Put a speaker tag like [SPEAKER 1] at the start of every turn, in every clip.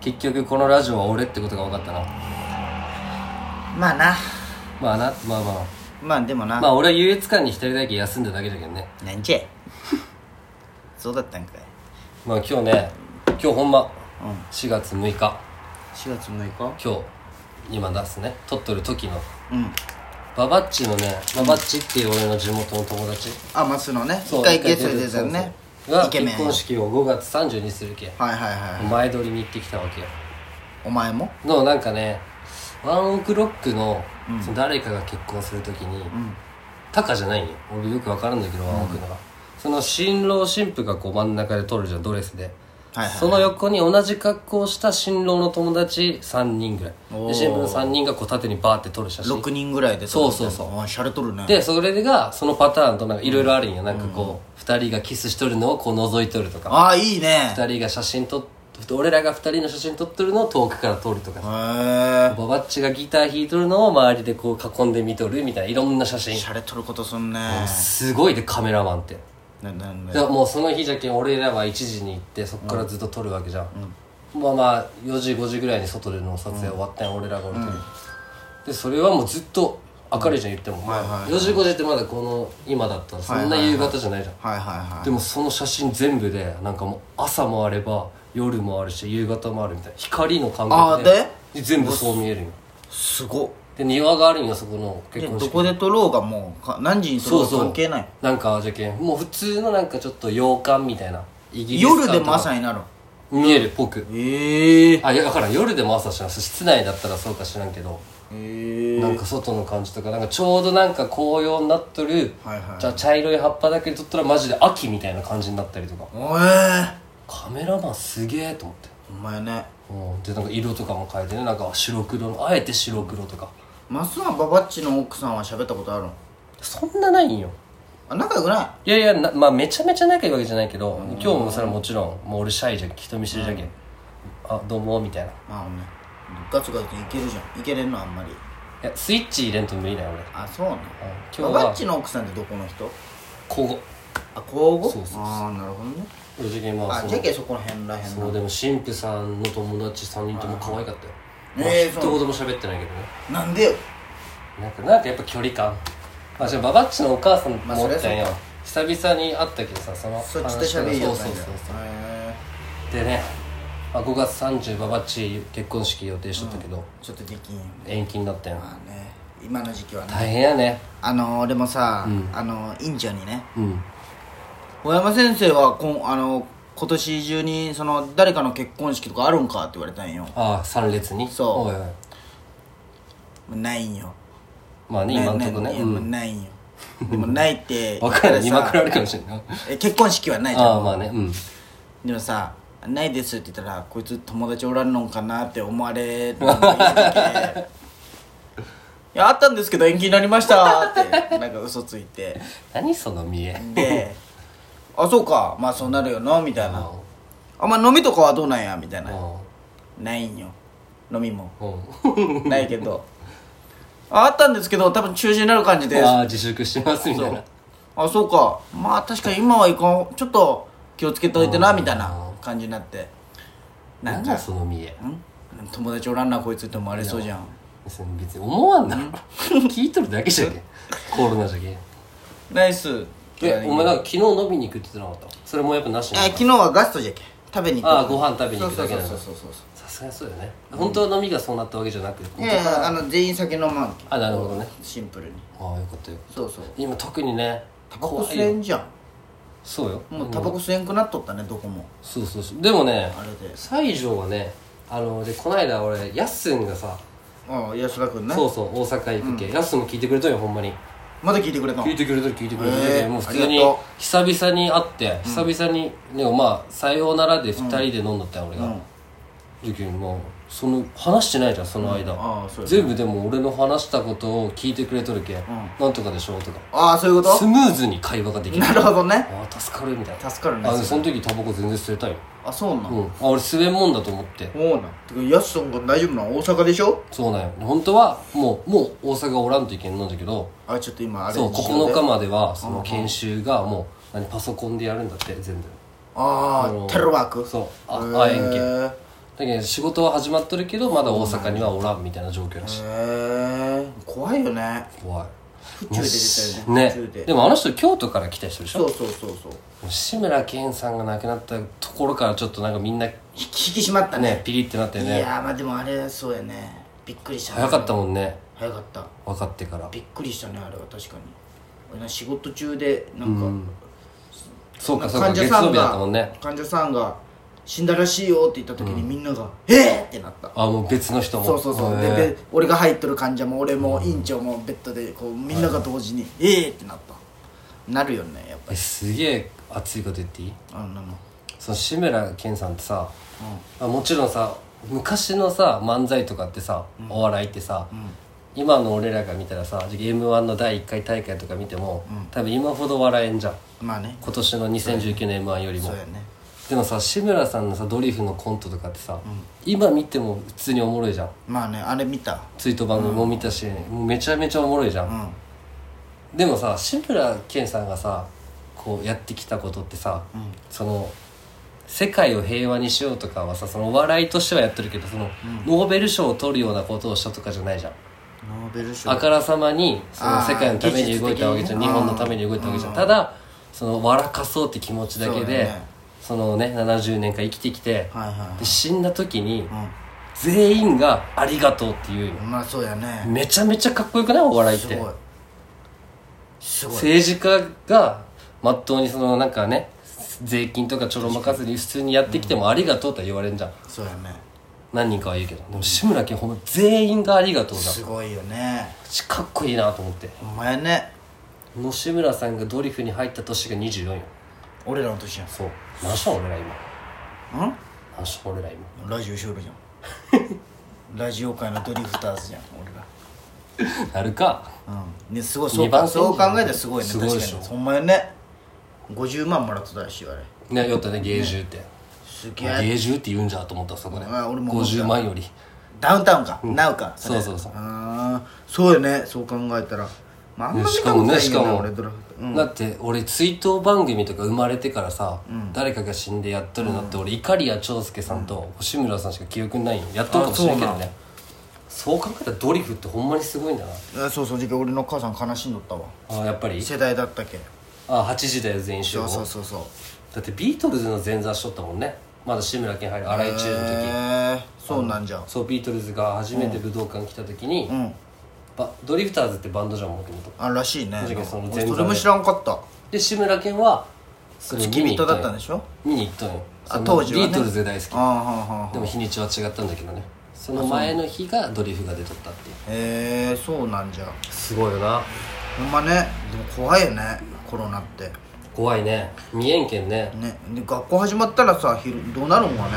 [SPEAKER 1] 結局このラジオは俺ってことが分かったな
[SPEAKER 2] まあな
[SPEAKER 1] まあなまあま
[SPEAKER 2] まあでも
[SPEAKER 1] あ
[SPEAKER 2] な、
[SPEAKER 1] まあ俺は優越感に浸りだけ休んだだけだけどね
[SPEAKER 2] なんじゃい そうだったんかい
[SPEAKER 1] まあ今日ね今日ほんま
[SPEAKER 2] うん
[SPEAKER 1] 4月6日
[SPEAKER 2] 4月6日
[SPEAKER 1] 今日今出すね撮っとる時の
[SPEAKER 2] うん
[SPEAKER 1] ババッチのねババッチっていう俺の地元の友達
[SPEAKER 2] あマスのね
[SPEAKER 1] そう
[SPEAKER 2] 一回ゲストで出たよ
[SPEAKER 1] そう
[SPEAKER 2] ね
[SPEAKER 1] そうが
[SPEAKER 2] イケメン
[SPEAKER 1] 結婚式を5月30にするけ
[SPEAKER 2] はいはいはい
[SPEAKER 1] 前撮りに行ってきたわけよ
[SPEAKER 2] お前も
[SPEAKER 1] のなんかねワンオクロックの
[SPEAKER 2] うん
[SPEAKER 1] その誰かが結婚するときに、
[SPEAKER 2] うん
[SPEAKER 1] タカじゃないよ俺よくわからんだけどワンオクのが、その新郎新婦がこう真ん中で撮るじゃんドレスで、
[SPEAKER 2] はいはい
[SPEAKER 1] その横に同じ格好をした新郎の友達3人ぐらい
[SPEAKER 2] お
[SPEAKER 1] で
[SPEAKER 2] ー
[SPEAKER 1] 新婦の3人がこう縦にバーって撮る写真
[SPEAKER 2] 6人ぐらいで
[SPEAKER 1] そうそうそう
[SPEAKER 2] うシャレとるね
[SPEAKER 1] でそれがそのパターンとなんかいろいろあるんよなんかこう2人がキスしとるのをこう覗いとるとか
[SPEAKER 2] ああいいねへ
[SPEAKER 1] 2人が写真撮っ俺らが2人の写真撮っとるのを遠くから撮るとか
[SPEAKER 2] え
[SPEAKER 1] ババッチがギター弾いとるのを周りでこう囲んで見とるみたいないろんな写真
[SPEAKER 2] シャレとることすんね
[SPEAKER 1] すごいでカメラマンって
[SPEAKER 2] ななん
[SPEAKER 1] だ
[SPEAKER 2] だ
[SPEAKER 1] からもうその日じゃけん俺らは1時に行ってそっからずっと撮るわけじゃん、まあまあ4時5時ぐらいに外での撮影終わったんや俺らがおる時、でそれはもうずっと明るいじゃん言っても、
[SPEAKER 2] はいはい
[SPEAKER 1] 4時5時ってまだこの今だったらそんな夕方じゃないじゃん、
[SPEAKER 2] はいはいはい
[SPEAKER 1] でもその写真全部でなんかもう朝もあれば夜もあるし夕方もあるみたいな光の感覚
[SPEAKER 2] あー
[SPEAKER 1] で
[SPEAKER 2] で
[SPEAKER 1] 全部そう見えるんよ
[SPEAKER 2] すごっ
[SPEAKER 1] で庭があるんよそこの
[SPEAKER 2] で
[SPEAKER 1] 結婚
[SPEAKER 2] ど
[SPEAKER 1] 式
[SPEAKER 2] こで撮ろうがもうか何時に撮ろ
[SPEAKER 1] そう
[SPEAKER 2] う
[SPEAKER 1] そ
[SPEAKER 2] が
[SPEAKER 1] う
[SPEAKER 2] 関係ない
[SPEAKER 1] なんかじゃけんもう普通のなんかちょっと洋館みたいなイギリス
[SPEAKER 2] 夜
[SPEAKER 1] 館
[SPEAKER 2] で
[SPEAKER 1] とか
[SPEAKER 2] も朝になる
[SPEAKER 1] 見えるっぽく
[SPEAKER 2] ええ
[SPEAKER 1] あいやだからん夜でも朝知らん室内だったらそうか知らんけど、
[SPEAKER 2] ええ
[SPEAKER 1] なんか外の感じとかなんかちょうどなんか紅葉になっとる、
[SPEAKER 2] はいはい
[SPEAKER 1] じゃあ茶色い葉っぱだけで撮ったらマジで秋みたいな感じになったりとか
[SPEAKER 2] おえ
[SPEAKER 1] カメラマンすげえと思って
[SPEAKER 2] お前ね
[SPEAKER 1] うん、でなんか色とかも変えてねなんか白黒のあえて白黒とか
[SPEAKER 2] マスはババッチの奥さんは喋ったことあるの
[SPEAKER 1] そんなないんよ
[SPEAKER 2] あ仲良くない
[SPEAKER 1] いやいやな、まあ、めちゃめちゃ仲いいわけじゃないけど今日もそれはもちろんもう俺シャイじゃん人見知りじゃけん、あどうもみたいない
[SPEAKER 2] まあねガツガツいけるじゃんいけれんのあんまり
[SPEAKER 1] やスイッチ入れんと無理だよ俺
[SPEAKER 2] あそうね
[SPEAKER 1] 今
[SPEAKER 2] バ
[SPEAKER 1] 日は
[SPEAKER 2] バッチの奥さんってどこの人
[SPEAKER 1] こ後
[SPEAKER 2] あ交互
[SPEAKER 1] そうそうそう
[SPEAKER 2] ああなるほどね
[SPEAKER 1] 正直まあ
[SPEAKER 2] あ
[SPEAKER 1] そ
[SPEAKER 2] じゃ
[SPEAKER 1] の
[SPEAKER 2] けそこら辺らへん
[SPEAKER 1] そ
[SPEAKER 2] の
[SPEAKER 1] うでも神父さんの友達3人とも可愛かったよ、まあ
[SPEAKER 2] ええ
[SPEAKER 1] 一
[SPEAKER 2] そう
[SPEAKER 1] 言も喋ってないけどね
[SPEAKER 2] なんでよ
[SPEAKER 1] なんかなんかやっぱ距離感まあじゃあババッチのお母さん
[SPEAKER 2] まあ
[SPEAKER 1] も
[SPEAKER 2] そ
[SPEAKER 1] お
[SPEAKER 2] りゃ
[SPEAKER 1] ったんよ、
[SPEAKER 2] そうか
[SPEAKER 1] 久々に会ったけどさその
[SPEAKER 2] そっちで喋りよ
[SPEAKER 1] そうそ
[SPEAKER 2] った
[SPEAKER 1] うんそう
[SPEAKER 2] じゃ
[SPEAKER 1] そうで
[SPEAKER 2] へ
[SPEAKER 1] ね、まあ、5月30ババッチ結婚式予定しとったけど、
[SPEAKER 2] えちょっとできんよね
[SPEAKER 1] 延期になったよ
[SPEAKER 2] まあね今の時期はね
[SPEAKER 1] 大変やね
[SPEAKER 2] あのー、でもさ、あのー、院長にね
[SPEAKER 1] うん
[SPEAKER 2] 小山先生はこんあのー今年中にその誰かの結婚式とかあるんかって言われたんよ
[SPEAKER 1] ああ3列に
[SPEAKER 2] そう
[SPEAKER 1] おいおい
[SPEAKER 2] ないんよ
[SPEAKER 1] まあね今んとこね
[SPEAKER 2] いや
[SPEAKER 1] う
[SPEAKER 2] もうんな いんよでもないって
[SPEAKER 1] 分かんない
[SPEAKER 2] 言
[SPEAKER 1] 今
[SPEAKER 2] っ
[SPEAKER 1] くら
[SPEAKER 2] た
[SPEAKER 1] れ
[SPEAKER 2] ら
[SPEAKER 1] るか
[SPEAKER 2] さ
[SPEAKER 1] もしれん ない
[SPEAKER 2] え結婚式はないじゃん
[SPEAKER 1] ああまあねうん
[SPEAKER 2] でもさ「ないです」って言ったら「こいつ友達おらんのんかな」って思われるのが嫌 いでいやあったんですけど延期になりました」ってなんか嘘ついて
[SPEAKER 1] 何その見え
[SPEAKER 2] で「あそうかまあそうなるよな」みたいな「あまあ飲みとかはどうなんや」みたいな
[SPEAKER 1] う
[SPEAKER 2] 「ないんよ飲みも
[SPEAKER 1] んうん
[SPEAKER 2] ないけどああったんですけど多分中止になる感じで す」
[SPEAKER 1] ああ自粛してますみたいな
[SPEAKER 2] あそうかまあ確かに今はいかんちょっと気をつけておいてなみたいな感じになってなん
[SPEAKER 1] 何
[SPEAKER 2] か
[SPEAKER 1] だその見え
[SPEAKER 2] ん友達おらんなこいつって思われそうじゃん
[SPEAKER 1] 別に別に思わんなろ 聞いとるだけじゃけんコロナじゃけん
[SPEAKER 2] ナイス
[SPEAKER 1] えお前なんか昨日飲みに行くって言ってなかったそれもやっぱなし
[SPEAKER 2] え
[SPEAKER 1] なの
[SPEAKER 2] 昨日はガストじゃけ食べに行く
[SPEAKER 1] あご飯食べに行くだけなんだ
[SPEAKER 2] そうそうそうそうそ
[SPEAKER 1] さすがにそうだよね本当は飲みがそうなったわけじゃなく
[SPEAKER 2] ういやいやあの全員酒飲まんけ
[SPEAKER 1] あなるほどね
[SPEAKER 2] シンプルに
[SPEAKER 1] ああよかったよ
[SPEAKER 2] そうそう
[SPEAKER 1] 今特にね
[SPEAKER 2] タバコ
[SPEAKER 1] 怖い
[SPEAKER 2] 吸えんじゃ
[SPEAKER 1] そうよ
[SPEAKER 2] んもうタバコ吸えんくなっとったねどこも
[SPEAKER 1] そうそうそうでもね
[SPEAKER 2] あれで
[SPEAKER 1] 西条はねあのでこないだ俺やっすんがさ
[SPEAKER 2] ああ安田君ね
[SPEAKER 1] そうそう大阪行くけやっすんも聞いてくれとんよほんまに
[SPEAKER 2] まだ聞いてくれたの
[SPEAKER 1] 聞いてくれとる聞いてくれとる
[SPEAKER 2] へえ
[SPEAKER 1] もう普通に
[SPEAKER 2] ありがと
[SPEAKER 1] 久々に会って久々にでもまあ「さようなら」で2人で飲んだったよ俺
[SPEAKER 2] う
[SPEAKER 1] が
[SPEAKER 2] ん
[SPEAKER 1] 時にもうその話してないじゃんその間
[SPEAKER 2] ああそうやね
[SPEAKER 1] 全部でも俺の話したことを聞いてくれとるけなんとかでしょとか
[SPEAKER 2] ああそういうこ
[SPEAKER 1] スムーズに会話ができ
[SPEAKER 2] と
[SPEAKER 1] る
[SPEAKER 2] なるほどね
[SPEAKER 1] ああ助かるみたいな
[SPEAKER 2] 助かるね
[SPEAKER 1] あでその時タバコ全然吸えたよ
[SPEAKER 2] あそうなん
[SPEAKER 1] うんあ俺吸えんもんだと思って
[SPEAKER 2] そうなんてかヤスさんが大丈夫なん大阪でしょ
[SPEAKER 1] そうなんよ本当はもうもう大阪おらんといけんのんだけど
[SPEAKER 2] あちょっと今あれ
[SPEAKER 1] そう
[SPEAKER 2] 事情
[SPEAKER 1] 9
[SPEAKER 2] で
[SPEAKER 1] 日まではその研修がもう何パソコンでやるんだって全部
[SPEAKER 2] あ
[SPEAKER 1] あの
[SPEAKER 2] あテレワーク
[SPEAKER 1] そうあ
[SPEAKER 2] へー
[SPEAKER 1] あえんけだけど仕事は始まっとるけどまだ大阪にはおらんみたいな状況らしい
[SPEAKER 2] へえ怖いよね
[SPEAKER 1] 怖
[SPEAKER 2] 府
[SPEAKER 1] い
[SPEAKER 2] 中で出たよね
[SPEAKER 1] ね
[SPEAKER 2] 府中で
[SPEAKER 1] でもあの人京都から来た人でし
[SPEAKER 2] そ
[SPEAKER 1] ょ
[SPEAKER 2] うそうそうそう
[SPEAKER 1] 志村けんさんが亡くなったところからちょっとなんかみんなね
[SPEAKER 2] 引き引き締まったね
[SPEAKER 1] ピリってなって
[SPEAKER 2] い
[SPEAKER 1] ね
[SPEAKER 2] やーまあでもあれそうやねびっくりした、ね、
[SPEAKER 1] 早かったもんね
[SPEAKER 2] 早かった
[SPEAKER 1] 分かってから
[SPEAKER 2] びっくりしたねあれは確かに俺な仕事中でなんか、
[SPEAKER 1] そうかそうか
[SPEAKER 2] 患
[SPEAKER 1] 月
[SPEAKER 2] 者さ
[SPEAKER 1] 曜
[SPEAKER 2] ん
[SPEAKER 1] 日だった
[SPEAKER 2] が、
[SPEAKER 1] もんね
[SPEAKER 2] 患者さんが死んだらしいよって言った時にみんなが「えっ!」ってなった
[SPEAKER 1] あもう別の人も
[SPEAKER 2] そうそうそう
[SPEAKER 1] へ
[SPEAKER 2] で
[SPEAKER 1] ー
[SPEAKER 2] で俺が入っとる患者も俺も院長もベッドでこうみんなが同時に「えっ!」ってなったなるよねやっぱ
[SPEAKER 1] えすげえ熱いこと言っていい
[SPEAKER 2] りあんなの
[SPEAKER 1] その志村けんさんってさ、あもちろんさ昔のさ漫才とかってさ、お笑いってさ、今の俺らが見たらさ m 1の第1回大会とか見ても、多分今ほど笑えんじゃん
[SPEAKER 2] まあね
[SPEAKER 1] 今年の2019年 m 1よりも、
[SPEAKER 2] そうやね
[SPEAKER 1] でもさ志村さんのさドリフのコントとかってさ、今見ても普通におもろいじゃん
[SPEAKER 2] まあねあれ見た
[SPEAKER 1] ツイート番組も見たし、もうめちゃめちゃおもろいじゃん
[SPEAKER 2] う、ん
[SPEAKER 1] でもさ志村けんさんがさこうやってきたことってさ、その世界を平和にしようとかはさそのお笑いとしてはやってるけどその、ノーベル賞を取るようなことをしたとかじゃないじゃん
[SPEAKER 2] ノーベル賞
[SPEAKER 1] あからさまにその
[SPEAKER 2] あー
[SPEAKER 1] 世界のために動いたわけじゃん、
[SPEAKER 2] 技術的にね
[SPEAKER 1] 日本のために動いたわけじゃん、ただその笑かそうって気持ちだけ
[SPEAKER 2] そう
[SPEAKER 1] で
[SPEAKER 2] だ
[SPEAKER 1] そ
[SPEAKER 2] よね
[SPEAKER 1] のね70年間生きてきて、
[SPEAKER 2] はいはいはい
[SPEAKER 1] で死んだ時に、全員が「ありがとう」って言うよ、
[SPEAKER 2] まあそうやね
[SPEAKER 1] めちゃめちゃかっこよくないお笑いって
[SPEAKER 2] すごいすごい
[SPEAKER 1] 政治家がまっとうにそのなんかね税金とかちょろまかずに普通にやってきてもありがとうとは言われんじゃん
[SPEAKER 2] そうやね
[SPEAKER 1] 何人かは言うけどでも志村けんほんま全員がありがとうだ
[SPEAKER 2] すごいよね
[SPEAKER 1] かっこいいなと思って
[SPEAKER 2] お前ね
[SPEAKER 1] の志村さんがドリフに入った年が24よ
[SPEAKER 2] 俺らの年やん
[SPEAKER 1] そう何しょ俺ら今
[SPEAKER 2] うん
[SPEAKER 1] 何しょ俺ら今
[SPEAKER 2] ラジオしよ るじゃんラジオ界のドリフターズじゃん俺ら
[SPEAKER 1] なるか
[SPEAKER 2] うんねすごいそう
[SPEAKER 1] 二番
[SPEAKER 2] か
[SPEAKER 1] 線じゃ
[SPEAKER 2] そ
[SPEAKER 1] ん
[SPEAKER 2] う考えたらすごいね
[SPEAKER 1] すごいでしょ
[SPEAKER 2] 確かにほんまやね50万もらってたらしいわあれ
[SPEAKER 1] ねよったね芸獣って
[SPEAKER 2] すげえ
[SPEAKER 1] 芸獣って言うんじゃと思ったそこで
[SPEAKER 2] あ俺も思った
[SPEAKER 1] 50万より
[SPEAKER 2] ダウンタウンか、ナウかれ
[SPEAKER 1] そうそうそう
[SPEAKER 2] あーそうよねそう考えたらまああんま
[SPEAKER 1] し
[SPEAKER 2] 見
[SPEAKER 1] か
[SPEAKER 2] た
[SPEAKER 1] も
[SPEAKER 2] ことな
[SPEAKER 1] ね
[SPEAKER 2] い
[SPEAKER 1] し
[SPEAKER 2] よ
[SPEAKER 1] か
[SPEAKER 2] な
[SPEAKER 1] も
[SPEAKER 2] 俺ドラフトうん
[SPEAKER 1] だって俺追悼番組とか生まれてからさ、誰かが死んでやっとるのって、俺イカリア長介さんと星村さんしか記憶にないよやっとるかもしれんけどねそう考えたらドリフってほんまにすごいんだな
[SPEAKER 2] あそうそうじゃあ俺の母さん悲しんどったわ
[SPEAKER 1] あやっぱり
[SPEAKER 2] 世代だったけ
[SPEAKER 1] あ8時だよ全員集
[SPEAKER 2] そう
[SPEAKER 1] 合
[SPEAKER 2] そうそうそう
[SPEAKER 1] だってビートルズの前座しとったもんねまだ志村けん入る荒井中の時、
[SPEAKER 2] へえそうなんじゃ
[SPEAKER 1] そうビートルズが初めて武道館来た時に、
[SPEAKER 2] うん
[SPEAKER 1] ばドリフターズってバンドじゃんもともと
[SPEAKER 2] あらしいね
[SPEAKER 1] 確かにその前座
[SPEAKER 2] 俺
[SPEAKER 1] で
[SPEAKER 2] それも知らんかった
[SPEAKER 1] で志村けんはそれ見
[SPEAKER 2] 付き
[SPEAKER 1] に行
[SPEAKER 2] 人
[SPEAKER 1] った
[SPEAKER 2] だ
[SPEAKER 1] ん
[SPEAKER 2] っ
[SPEAKER 1] よ
[SPEAKER 2] たんでしょ
[SPEAKER 1] 見に行ったんよ
[SPEAKER 2] あ
[SPEAKER 1] その
[SPEAKER 2] 当時はね
[SPEAKER 1] ビートルズ大好き
[SPEAKER 2] ああはんはんはん
[SPEAKER 1] でも日にちは違ったんだけどねその前の日がドリフが出とったっていう
[SPEAKER 2] へえそうなんじゃ
[SPEAKER 1] すごいよな
[SPEAKER 2] ほんまねでも怖いよねコロナって
[SPEAKER 1] 怖いね未えんけんね
[SPEAKER 2] ねで学校始まったらさ昼どうなるんかね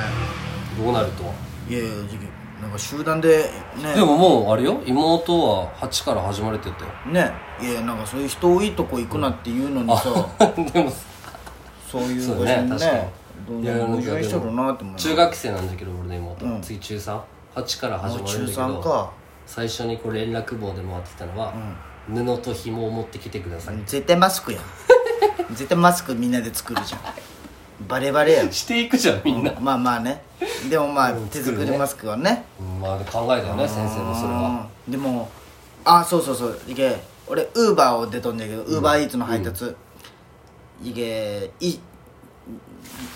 [SPEAKER 1] どうなるとはい
[SPEAKER 2] やいやじなんか集団で
[SPEAKER 1] で
[SPEAKER 2] ね
[SPEAKER 1] ももうあれよ妹は8から始まれてたよ
[SPEAKER 2] ねいやなんかそういう人多いとこ行くなって言うのにさ
[SPEAKER 1] でも
[SPEAKER 2] そういう
[SPEAKER 1] そう
[SPEAKER 2] 場所
[SPEAKER 1] ね
[SPEAKER 2] に
[SPEAKER 1] 確か
[SPEAKER 2] ねどう
[SPEAKER 1] に
[SPEAKER 2] なる矛盾しとるなって思う
[SPEAKER 1] 中学生なんだけど俺の妹、
[SPEAKER 2] うん
[SPEAKER 1] 次中38から始まるんだけ
[SPEAKER 2] もう中3
[SPEAKER 1] ど
[SPEAKER 2] か
[SPEAKER 1] 最初にこう連絡棒で回ってたのは、布と紐を持ってきてください、
[SPEAKER 2] 絶対マスク やん絶対マスクみんなで作るじゃんバレバレやん
[SPEAKER 1] していくじゃんみんな、
[SPEAKER 2] まあまあねでもまあ
[SPEAKER 1] うん
[SPEAKER 2] 手
[SPEAKER 1] 作るね
[SPEAKER 2] 作りマスクはね
[SPEAKER 1] うんまあ考えたよね先生もそれは
[SPEAKER 2] うんでもあそうそうそういけ俺ウーバーを出とんだけどウーバーイーツの配達、いけい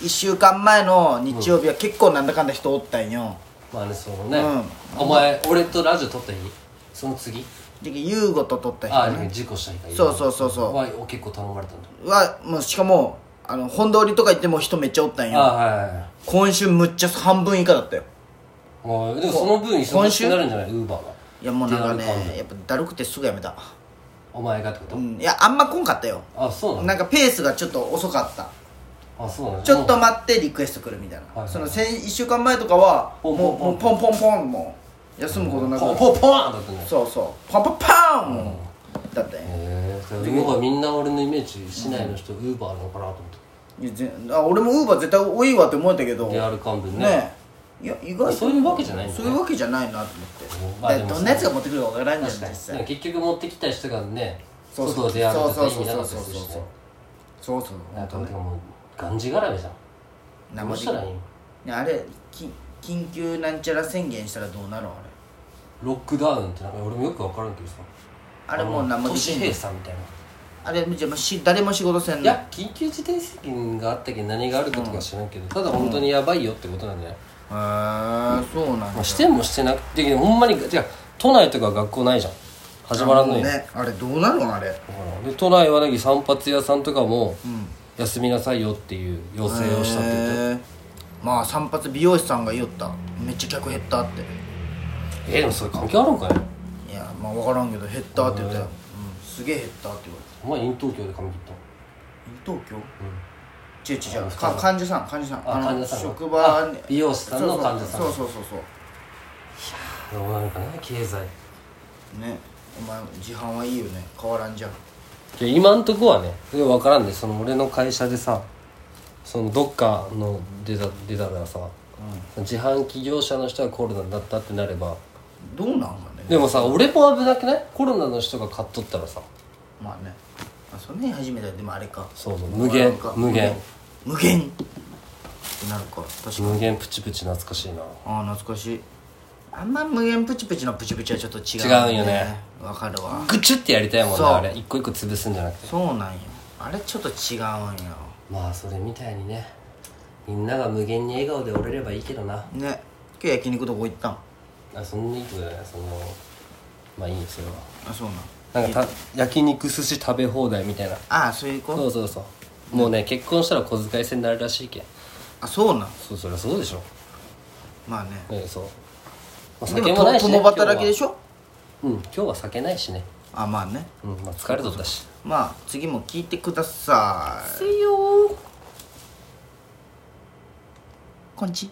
[SPEAKER 2] 1週間前の日曜日は結構なんだかんだ人おったんよ、
[SPEAKER 1] まあねそのね、
[SPEAKER 2] う
[SPEAKER 1] お前俺とラジオ撮った日その次
[SPEAKER 2] で優吾と撮った
[SPEAKER 1] ああ
[SPEAKER 2] 人、ね、
[SPEAKER 1] 事故した日か
[SPEAKER 2] そうそうそうそう
[SPEAKER 1] は結構頼まれたんだ
[SPEAKER 2] はもうしかもあの本通りとか行っても人めっちゃおったんよ
[SPEAKER 1] あはいはい
[SPEAKER 2] 今週むっちゃ半分以下だったよ
[SPEAKER 1] もうでもその分忙
[SPEAKER 2] 今
[SPEAKER 1] し
[SPEAKER 2] 週
[SPEAKER 1] くなるんじゃないウーバーが
[SPEAKER 2] いやもうなんかね
[SPEAKER 1] 手軽感
[SPEAKER 2] やっぱだるくてすぐやめた、
[SPEAKER 1] お前がってこと、
[SPEAKER 2] うん、いやあんま来んかったよ
[SPEAKER 1] あそうなの
[SPEAKER 2] なんかペースがちょっと遅かった
[SPEAKER 1] あそうなの
[SPEAKER 2] ちょっと待ってリクエスト来るみたい
[SPEAKER 1] はい
[SPEAKER 2] なその先1週間前とかは
[SPEAKER 1] ポ
[SPEAKER 2] も
[SPEAKER 1] ン
[SPEAKER 2] う
[SPEAKER 1] ポン
[SPEAKER 2] もうポンポンポンもう休むことなく
[SPEAKER 1] ポンポンポーンだったね
[SPEAKER 2] そうそうポンポンポンもうだったね
[SPEAKER 1] へえウーバーみんな俺のイメージ市内の人ウーバーなのかなと思って
[SPEAKER 2] いやぜあ俺もウーバー絶対多いわって思えたけど
[SPEAKER 1] リ
[SPEAKER 2] ね
[SPEAKER 1] アル勘分ね
[SPEAKER 2] いや意外と
[SPEAKER 1] そういうわけじゃないんだね
[SPEAKER 2] そういうわけじゃないなと
[SPEAKER 1] う
[SPEAKER 2] 思っ
[SPEAKER 1] ん
[SPEAKER 2] て、
[SPEAKER 1] まあで
[SPEAKER 2] だ
[SPEAKER 1] も
[SPEAKER 2] からどんなやつが持ってくるか分からんじゃないです
[SPEAKER 1] でも結局持ってきた人がね
[SPEAKER 2] そうそう
[SPEAKER 1] 外でやるとか
[SPEAKER 2] そう
[SPEAKER 1] 意
[SPEAKER 2] そう
[SPEAKER 1] 味な
[SPEAKER 2] そ
[SPEAKER 1] かっ
[SPEAKER 2] う
[SPEAKER 1] た
[SPEAKER 2] そ
[SPEAKER 1] り
[SPEAKER 2] う
[SPEAKER 1] するしね
[SPEAKER 2] そうそう
[SPEAKER 1] なんかでももうがんじがらめじゃんど
[SPEAKER 2] 生
[SPEAKER 1] うしたらいいん
[SPEAKER 2] ねあれき緊急なんちゃら宣言したらどうなるんあれ
[SPEAKER 1] ロックダウンってなんか俺もよく分からんけどさ
[SPEAKER 2] あれもう何も
[SPEAKER 1] 都
[SPEAKER 2] でき
[SPEAKER 1] 市
[SPEAKER 2] んの
[SPEAKER 1] 閉鎖みたいな、
[SPEAKER 2] あれじゃあもうし誰も仕事せんの
[SPEAKER 1] いや緊急事態宣言があったけど何があるかとか知らんけど、ただ本当にやばいよってことなんじゃない、
[SPEAKER 2] へーそうなん
[SPEAKER 1] ま
[SPEAKER 2] だ
[SPEAKER 1] あしてもしてなくてほんまに違う都内とか学校ないじゃん始まらんの
[SPEAKER 2] も
[SPEAKER 1] よ、
[SPEAKER 2] うねあれどうなるんあれ
[SPEAKER 1] だからで都内はなぎ散髪屋さんとかも
[SPEAKER 2] ん
[SPEAKER 1] 休みなさいよっていう要請をしたって言って
[SPEAKER 2] へーまあ散髪美容師さんが言おっためっちゃ客減ったって
[SPEAKER 1] えーでもそれ関係あるんかね
[SPEAKER 2] いやまあ分からんけど減ったって言ったよ、うん、すげえ減ったって言われ
[SPEAKER 1] お前イン東京で髪切った
[SPEAKER 2] た東京違う違う違うか患者さん患者さん
[SPEAKER 1] あ患者
[SPEAKER 2] の
[SPEAKER 1] さんの
[SPEAKER 2] 職場に
[SPEAKER 1] あ美容師さんの患者さん
[SPEAKER 2] そうそうそうそう
[SPEAKER 1] どうなるかな経済
[SPEAKER 2] そうねお前自販はいいよね変わらんじゃん
[SPEAKER 1] いや今んとこはねで分からんでその俺の会社でさそのどっかの出た出たらさ、自販機業者の人がコロナになったってなれば
[SPEAKER 2] どうなんかね
[SPEAKER 1] でもさ俺も危なくないコロナの人が買っとったらさ
[SPEAKER 2] まあねあそんなに初めてでもあれか
[SPEAKER 1] そうそう無限
[SPEAKER 2] まあなんか
[SPEAKER 1] 無限
[SPEAKER 2] 無限ってなるか確かに
[SPEAKER 1] 無限プチプチ懐かしいな
[SPEAKER 2] ああ懐かしいあんま無限プチプチのプチプチはちょっと違う、
[SPEAKER 1] 違うよね
[SPEAKER 2] わかるわ
[SPEAKER 1] ぐちゅってやりたいもん
[SPEAKER 2] そう
[SPEAKER 1] ねあれ一個一個潰すんじゃなくて
[SPEAKER 2] そうなんよあれちょっと違うんよ
[SPEAKER 1] まあそれみたいにねみんなが無限に笑顔で折れればいいけどな
[SPEAKER 2] ね今日焼肉どこ行ったん
[SPEAKER 1] あそんないいことじゃないそのまあいいよそれは
[SPEAKER 2] あそうなん
[SPEAKER 1] なんかた焼肉寿司食べ放題みたいな
[SPEAKER 2] ああそういう子
[SPEAKER 1] そうそうそうもうね結婚したら小遣い制になるらしいけん
[SPEAKER 2] あそうなん
[SPEAKER 1] そうそりゃそうでしょ
[SPEAKER 2] まあね
[SPEAKER 1] ええそう、まあ
[SPEAKER 2] でもと共働きでし
[SPEAKER 1] ょ
[SPEAKER 2] ょ
[SPEAKER 1] うん今日は酒ないしね
[SPEAKER 2] あまあね
[SPEAKER 1] うんまあ疲れとったし
[SPEAKER 2] まあ次も聞いてください
[SPEAKER 1] いよ
[SPEAKER 2] こんち